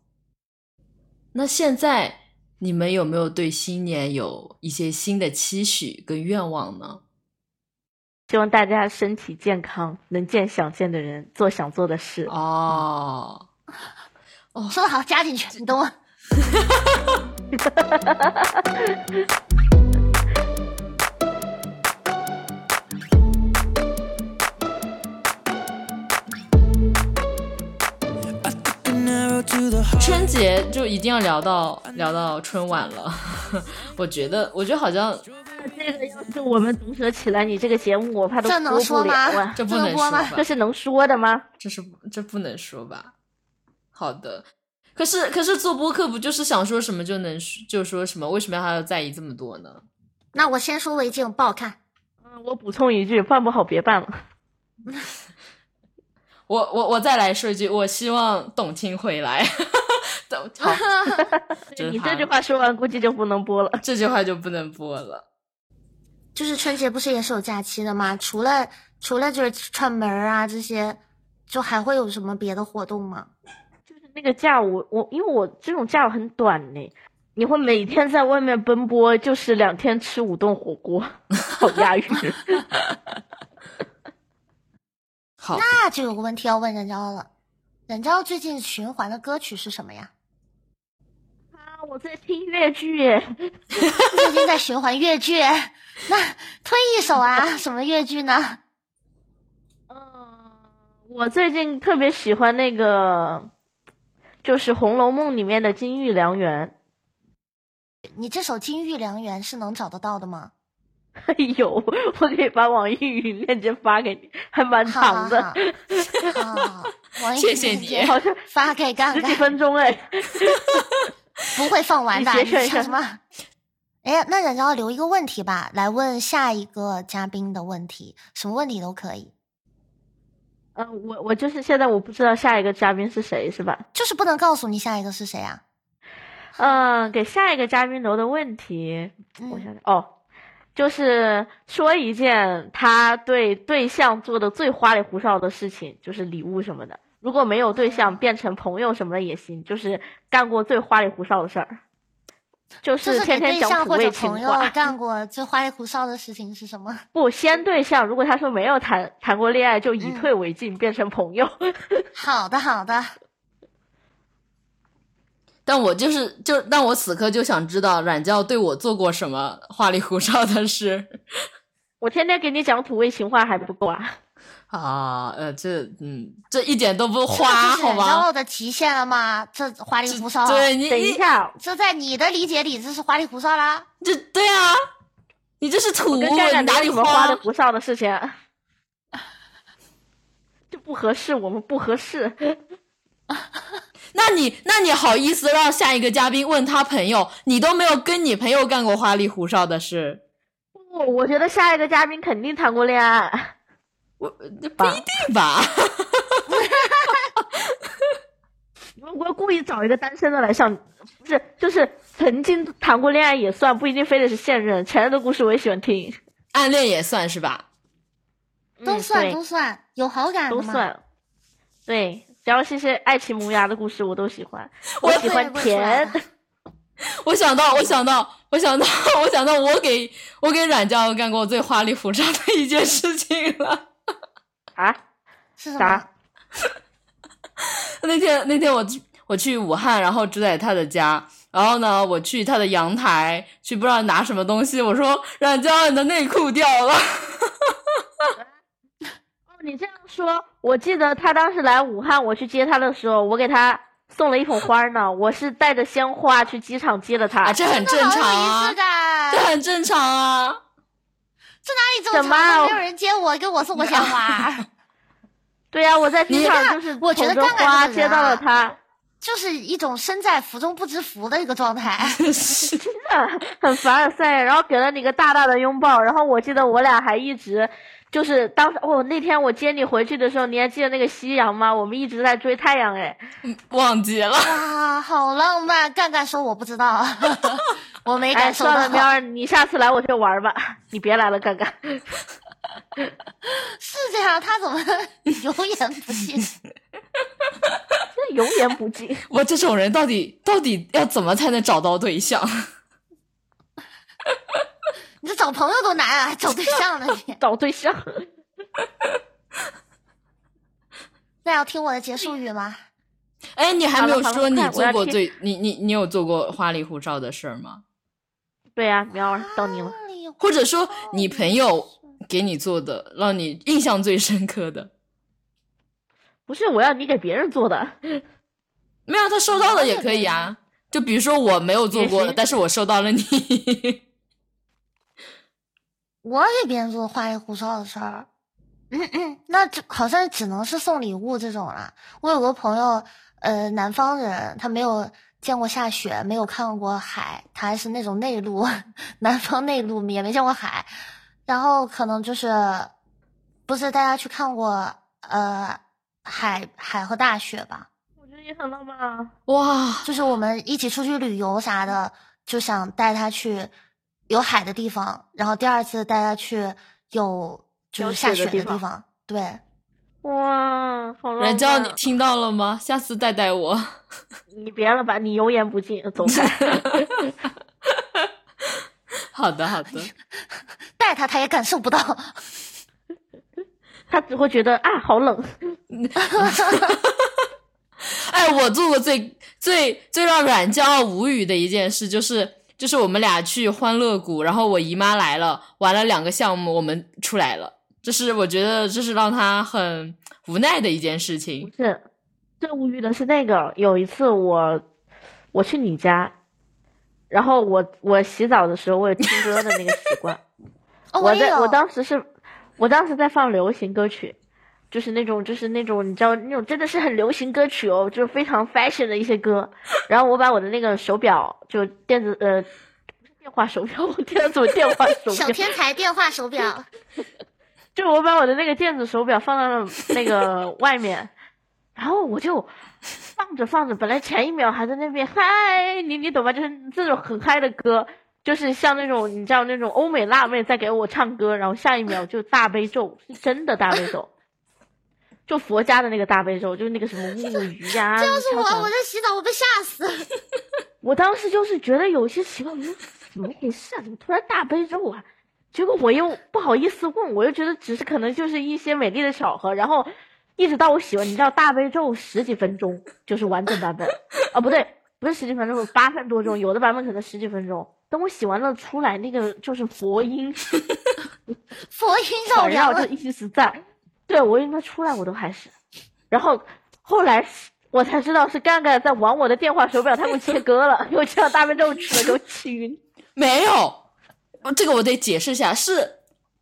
Speaker 4: [laughs]
Speaker 3: 那现在你们有没有对新年有一些新的期许跟愿望呢？
Speaker 1: 希望大家身体健康，能见想见的人，做想做的事。
Speaker 3: 哦。
Speaker 4: 说的好，加进去，你懂我。
Speaker 3: 春节就一定要聊到聊到春晚了， [laughs] 我觉得，我觉得好像
Speaker 1: 这个要是我们毒舌起来，你这个节目我怕都
Speaker 4: 这能
Speaker 1: 播
Speaker 4: 说
Speaker 1: 不了
Speaker 4: 吗
Speaker 1: 啊？。
Speaker 3: 这不
Speaker 4: 能
Speaker 3: 能
Speaker 4: 播
Speaker 3: 说
Speaker 4: 吗
Speaker 3: 吧？
Speaker 1: 这是能说的吗？
Speaker 3: 这是这不能说吧？好的，可是可是做播客不就是想说什么就能说就说什么？为什么还要在意这么多呢？
Speaker 4: 那我先说违禁，不好看。
Speaker 1: 嗯，我补充一句，办不好别办了。
Speaker 3: 我我我再来说一句，我希望董卿回来。 [laughs] 董
Speaker 1: [laughs]
Speaker 3: 好，就是
Speaker 1: 你
Speaker 3: 他
Speaker 1: 这句话说完，估计就不能播了。 [laughs]
Speaker 3: 这句话就不能播了。
Speaker 4: 就是春节不是也是有假期的吗？除了除了就是串门儿啊这些，就还会有什么别的活动吗？
Speaker 1: 那个假我我因为我这种假很短呢，你会每天在外面奔波，就是两天吃五顿火锅， [laughs] 好押韵。
Speaker 3: 好，
Speaker 4: 那就有个问题要问任昭了，任昭最近循环的歌曲是什么呀？
Speaker 1: [laughs] 啊，我在听越剧，
Speaker 4: 最近在循环越剧， [laughs] 那推一首啊，什么越剧呢？
Speaker 1: 嗯，我最近特别喜欢那个，就是《红楼梦》里面的金玉良缘。 [laughs]
Speaker 4: 你这首《金玉良缘》是能找得到的吗？
Speaker 1: 有，哎我可以把网易云链接发给你，还蛮
Speaker 4: 好好
Speaker 1: 长
Speaker 4: 好，
Speaker 1: 的，
Speaker 4: 好好好，王一
Speaker 3: 谢谢你
Speaker 4: 姐
Speaker 1: 好像
Speaker 4: 发给干
Speaker 1: 十几
Speaker 4: 干，
Speaker 1: 分钟哎。
Speaker 4: 不会放完的，
Speaker 1: 你
Speaker 4: 你
Speaker 1: 节省一下
Speaker 4: 想
Speaker 1: [laughs]
Speaker 4: 什么？哎呀，那人家要留一个问题吧，来问下一个嘉宾的问题，什么问题都可以，
Speaker 1: 嗯，我我就是现在我不知道下一个嘉宾是谁，是吧？
Speaker 4: 就是不能告诉你下一个是谁啊。
Speaker 1: 嗯，给下一个嘉宾留的问题，我
Speaker 4: 嗯，
Speaker 1: 想想哦，就是说一件他对对象做的最花里胡哨的事情，就是礼物什么的。如果没有对象，
Speaker 4: 嗯
Speaker 1: 变成朋友什么的也行，就是干过最花里胡哨的事儿，就
Speaker 4: 就是是
Speaker 1: 天
Speaker 4: 给
Speaker 1: 天
Speaker 4: 对
Speaker 1: 讲
Speaker 4: 象
Speaker 1: 土
Speaker 4: 或者
Speaker 1: 味情
Speaker 4: 朋友
Speaker 1: 话。 [laughs]
Speaker 4: 干过最花里胡哨的事情是什么？
Speaker 1: 不，先对象，如果他说没有谈谈过恋爱，就以
Speaker 4: 嗯
Speaker 1: 退为进，变成朋友。 [laughs]
Speaker 4: 好的，好的，
Speaker 3: 但我就是就，但我此刻就想知道软教对我做过什么花里胡哨的事
Speaker 1: 我天天给你讲土味情话还不够啊？
Speaker 3: 啊？呃，这嗯，这一点都不
Speaker 4: 这
Speaker 3: 花，
Speaker 4: 就是
Speaker 3: 好
Speaker 4: 人家
Speaker 3: 吗？
Speaker 4: 的极限了吗？这花里胡哨，
Speaker 3: 对你，
Speaker 1: 等一
Speaker 3: 你
Speaker 1: 下，
Speaker 4: 这在你的理解里，这是花里胡哨啦。
Speaker 3: 这对啊，你这是土，
Speaker 1: 我跟盖盖
Speaker 3: 你哪
Speaker 1: 哪
Speaker 3: 里
Speaker 1: 有什么花
Speaker 3: 花
Speaker 1: 里？胡哨的事情啊？ [laughs] 这不合适，我们不合适。
Speaker 3: 那你那你好意思让下一个嘉宾问他朋友，你都没有跟你朋友干过花里胡哨的事？
Speaker 1: 不，我觉得下一个嘉宾肯定谈过恋爱。
Speaker 3: 我那不
Speaker 1: 吧
Speaker 3: 一定吧？ [laughs]
Speaker 1: 你们不会故意找一个单身的来上，不是，就是曾经谈过恋爱也算，不一定非得是现任。前任的故事我也喜欢听，
Speaker 3: 暗恋也算是吧？
Speaker 4: 都
Speaker 1: 嗯
Speaker 4: 算
Speaker 1: 对
Speaker 4: 都算，有好感的
Speaker 1: 都
Speaker 4: 吗？
Speaker 1: 算。对，只要是一些爱情萌芽的故事，我都喜欢。
Speaker 3: 我
Speaker 1: 我
Speaker 4: 会
Speaker 1: 喜欢
Speaker 4: 问出来
Speaker 1: 甜
Speaker 4: 的，
Speaker 3: 我想到，我想到，我想到， [laughs] 我想到，我给我给阮教干过最花里胡哨的一件事情了。
Speaker 1: [laughs] 啊，
Speaker 4: 是什么
Speaker 1: 啥？
Speaker 3: 那天那天我去我去武汉，然后住在他的家，然后呢，我去他的阳台去不知道拿什么东西，我说阮教你的内裤掉了。
Speaker 1: 哦，你这样说，我记得他当时来武汉，我去接他的时候，我给他送了一捧花呢。我是带着鲜花去机场接的他。
Speaker 3: 啊，这很正常
Speaker 4: 好有仪
Speaker 3: 啊
Speaker 4: 式，感，
Speaker 3: 这
Speaker 4: 哪
Speaker 3: 很正常啊。
Speaker 4: 里这
Speaker 1: 怎
Speaker 4: 么
Speaker 1: 么
Speaker 4: 长
Speaker 1: 啊
Speaker 4: 都没有人接我，给我送
Speaker 1: [laughs]
Speaker 4: 过鲜花，
Speaker 1: 对呀、我在机场就是
Speaker 4: 我觉得
Speaker 1: 捧着
Speaker 4: 干干
Speaker 1: 花
Speaker 4: 这个人
Speaker 1: 接到
Speaker 4: 啊
Speaker 1: 了他，
Speaker 4: 就是一种身在福中不知福的一个状态。 [laughs]
Speaker 1: 真的 [laughs] 很凡尔赛。然后给了你个大大的拥抱。然后我记得我俩还一直。就是当时哦，那天我接你回去的时候，你还记得那个夕阳吗？我们一直在追太阳，哎，
Speaker 3: 忘记了，
Speaker 4: 哇，啊好浪漫！干干说我不知道， [laughs] 我没
Speaker 1: 哎，
Speaker 4: 感受
Speaker 1: 算了，。
Speaker 4: 到
Speaker 1: 喵儿，你下次来我这玩儿吧， [laughs] 你别来了，干干。
Speaker 4: 是这样，他怎么 [laughs] 油盐不进？
Speaker 1: 这油盐不进。
Speaker 3: 我这种人到底到底要怎么才能找到对象？
Speaker 4: [laughs] 你这找朋友都难啊，找对象呢你？ [laughs]
Speaker 1: 找对象。
Speaker 4: 那要听我的结束语吗？
Speaker 3: 哎，你还没有
Speaker 1: 好了
Speaker 3: 说你
Speaker 1: 好了快我要
Speaker 3: 做过
Speaker 1: 听
Speaker 3: 最你你你有做过花里胡哨的事儿吗？
Speaker 1: [laughs] 对呀、喵儿到你了。
Speaker 4: 哪里有
Speaker 3: 或者说你朋友给你做的，让你印象最深刻的？
Speaker 1: 不是，我要你给别人做的。
Speaker 3: 没有啊，他收到了也可以啊。就比如说我没有做过
Speaker 1: 也
Speaker 3: 的，
Speaker 1: 是
Speaker 3: 但是我收到了你。
Speaker 4: 我给别人做花里胡哨的事儿，嗯嗯，那这好像只能是送礼物这种了。我有个朋友，呃，南方人，他没有见过下雪，没有看过海，他还是那种内陆， [laughs] 南方内陆也没见过海，然后可能就是，不是大家去看过呃海海和大雪吧？
Speaker 1: [laughs] 我觉得也很浪漫啊。
Speaker 3: [laughs] 哇，
Speaker 4: 就是我们一起出去旅游啥的，就想带他去有海的地方，然后第二次带他去有就
Speaker 1: 有
Speaker 4: 是下
Speaker 1: 雪
Speaker 4: 雪
Speaker 1: 的地
Speaker 4: 的地
Speaker 1: 方
Speaker 4: 方。对，
Speaker 1: 哇，好浪漫！啊
Speaker 3: 软教你听到了吗？下次带带我。
Speaker 1: 你别了吧，你油盐不进，走开。
Speaker 3: [laughs] 好的，好的。
Speaker 4: 带他他也感受不
Speaker 1: [laughs]
Speaker 4: 到。
Speaker 1: 他只会觉得啊，好冷。
Speaker 4: 哦
Speaker 3: 哎，我做过最最最让软教无语的一件事，就是就是我们俩去欢乐谷，然后我姨妈来了，玩了两个项目，我们出来了。这是我觉得这是让他很无奈的一件事情。
Speaker 1: 是，最无语的是那个，有一次我我去你家，然后我我洗澡的时候我有听歌的那个习惯，
Speaker 4: [laughs] 哦，
Speaker 1: 我
Speaker 4: 也
Speaker 1: 在
Speaker 4: 有。
Speaker 1: 我当时是，我当时在放流行歌曲，就是那种就是那种你知道那种真的是很流行歌曲哦，就是非常 fashion 的一些
Speaker 4: [laughs]
Speaker 1: 歌。然后我把我的那个手表，就电子呃，不是电话手表，我天呐，怎么电话手
Speaker 4: 小
Speaker 1: 表？
Speaker 4: 天才电话手
Speaker 1: 嗯
Speaker 4: 表，
Speaker 1: 就我把我的那个电子手表放到了那个 [laughs] 外面，然后我就放着放着，本来前一秒还在那边嗨，你你懂吧？就是这种很嗨的歌，就是像那种你知道那种欧美辣妹在给我唱歌，然后下一秒就大悲咒，是真的大悲咒，就佛家的那个大悲咒，就是那个什么木鱼
Speaker 4: [laughs]
Speaker 1: 呀、
Speaker 4: 这要是
Speaker 1: 敲
Speaker 4: 我，
Speaker 1: 响
Speaker 4: 我在洗澡，我被吓死。
Speaker 1: 我当时就是觉得有一些奇怪，我说怎么回事啊？怎么突然大悲咒啊？结果我又不好意思问，我又觉得只是可能就是一些美丽的巧合，然后一直到我洗完，你知道大悲咒十几分钟就是完整版本啊，不对，不是十几分钟，八分多钟，有的版本可能十几分钟。等我洗完了出来，那个就是佛音 [laughs]
Speaker 4: 佛音绕
Speaker 1: 环绕
Speaker 4: 梁
Speaker 1: 就一直在，对我应该出来我都还是，然后后来我才知道是干干在玩我的电话手表，他们切割了， [laughs] 因为这样大悲咒吃了给我气晕。
Speaker 3: 没有，这个我得解释一下，是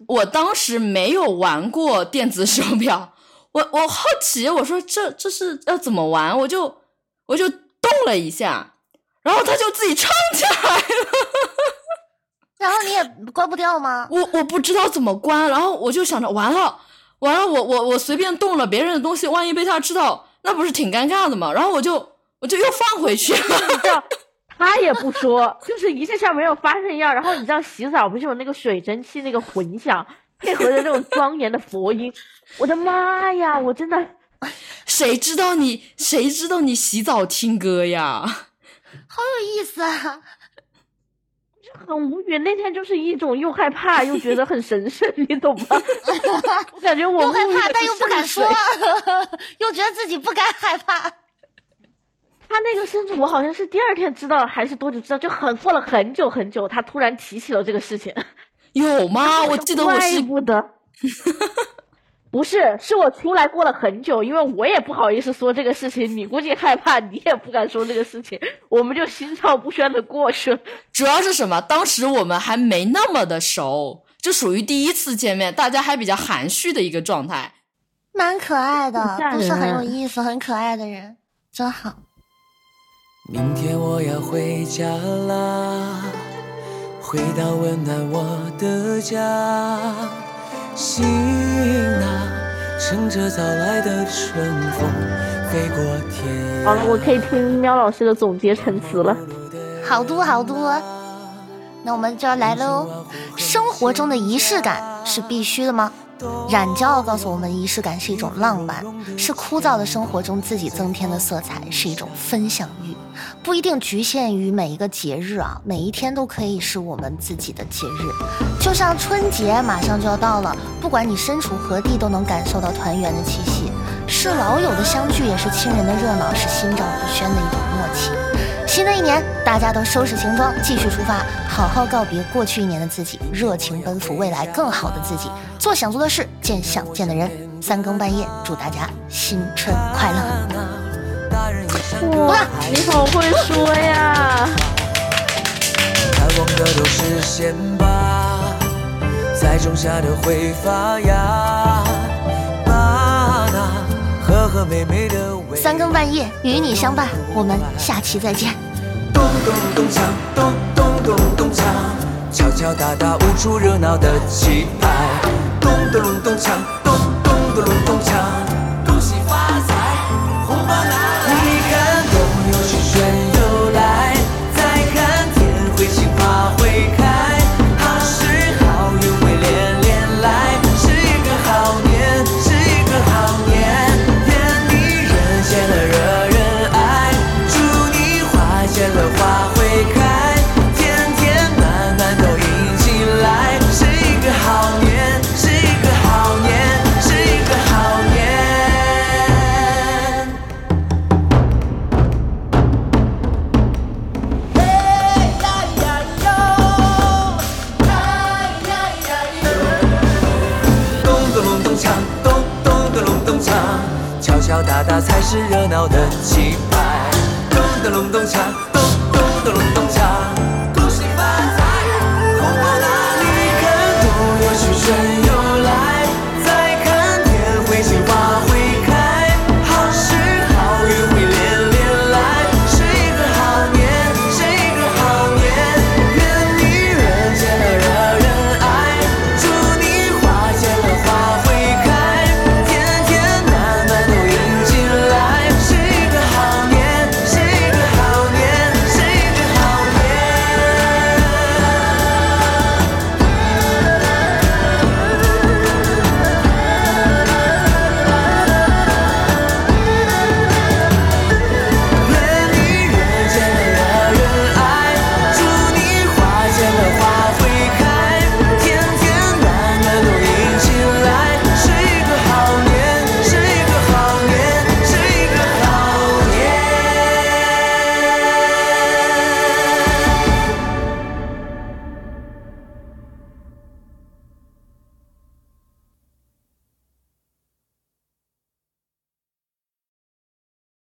Speaker 3: 我当时没有玩过电子手表， [laughs] 我我好奇，我说这这是要怎么玩，我就我就动了一下，然后它就自己唱起来 [laughs] 了，
Speaker 4: 然后你也关不
Speaker 1: [laughs]
Speaker 4: 掉吗？
Speaker 3: 我我不知道怎么关，然后我就想着完了完了，我我我随便动了别人的东西，万一被他知道，那不是挺尴尬的吗？然后我就我就又放回去了。 [laughs]
Speaker 1: 你知道，他也不说，就是一切像没有发生一样。然后你知道洗澡不是有那个水蒸气那个混响，配合着那种庄严的佛音，我的妈呀，我真的
Speaker 3: 谁知道你谁知道你洗澡听歌呀？
Speaker 4: 好有意思啊！
Speaker 1: 很无语。那天就是一种又害怕又觉得很神圣，你懂吗？ [laughs] 我感觉我
Speaker 4: 又害
Speaker 1: 沐浴
Speaker 4: 怕，
Speaker 1: 了
Speaker 4: 但又
Speaker 1: 一
Speaker 4: 不敢
Speaker 1: 圣水
Speaker 4: 说，又觉得自己不该害
Speaker 1: [laughs]
Speaker 4: 怕。
Speaker 1: 他那个甚至我好像是第二天知道还是多久知道，就很过了很久很久，他突然提起了这个 [laughs] 事情。
Speaker 3: 有吗？我记得我
Speaker 1: 怪
Speaker 3: 是
Speaker 1: 不 [laughs] 得，不是，是我出来过了很久，因为我也不好意思说这个事情，你估计害怕，你也不敢说这个事情，我们就心照不宣的过去了。
Speaker 3: 主要是什么？当时我们还没那么的熟，就属于第一次见面，大家还比较含蓄的一个状态。
Speaker 4: 蛮可爱的
Speaker 1: 很吓，
Speaker 4: 都是很
Speaker 1: 人啊
Speaker 4: 有意思、很可爱的人，真好。
Speaker 5: 明天我要回家啦，回到温暖我的家。行啊，乘着早来的春风，飞过
Speaker 1: [laughs]
Speaker 5: 天。
Speaker 1: 好了，哦我可以听喵老师的总结陈词了。
Speaker 4: 好多好多，那我们就要来喽。生活中的仪式感是必须的吗？冉教告诉我们，仪式感是一种浪漫，是枯燥的生活中自己增添的色彩，是一种分享欲，不一定局限于每一个节日啊，每一天都可以是我们自己的节日。就像春节马上就要到了，不管你身处何地，都能感受到团圆的气息，是老友的相聚，也是亲人的热闹，是心照不宣的一种默契。新的一年，大家都收拾行装，继续出发，好好告别过去一年的自己，热情奔赴未来更好的自己，做想做的事，见想见的人。三更半夜，祝大家新春快乐！
Speaker 5: 大大人一扇可
Speaker 1: 哇
Speaker 5: 爱，
Speaker 1: 你好会说呀！
Speaker 5: 盼望的都实现吧，栽种下的会发芽。把那和和美美的未来
Speaker 4: 三更半夜与你相伴，我们下期再见。
Speaker 5: 咚咚咚锵，咚咚咚咚锵，敲敲打打舞出热闹的气派。咚咚隆咚锵，咚咚咚隆咚锵，恭喜发财，红包拿来。你看冬有雪，春又来，再看天会晴，花会开，好事好运会连连来，是一个好年，是一个好年，愿你人见了惹人爱，祝你花见了花会开，天天暖暖都一起来，是一个好年，是一个好年，是一个好年。咚咚隆咚锵，咚咚咚隆咚锵，敲敲打打才是热闹的气派。咚咚隆咚锵，咚咚咚隆咚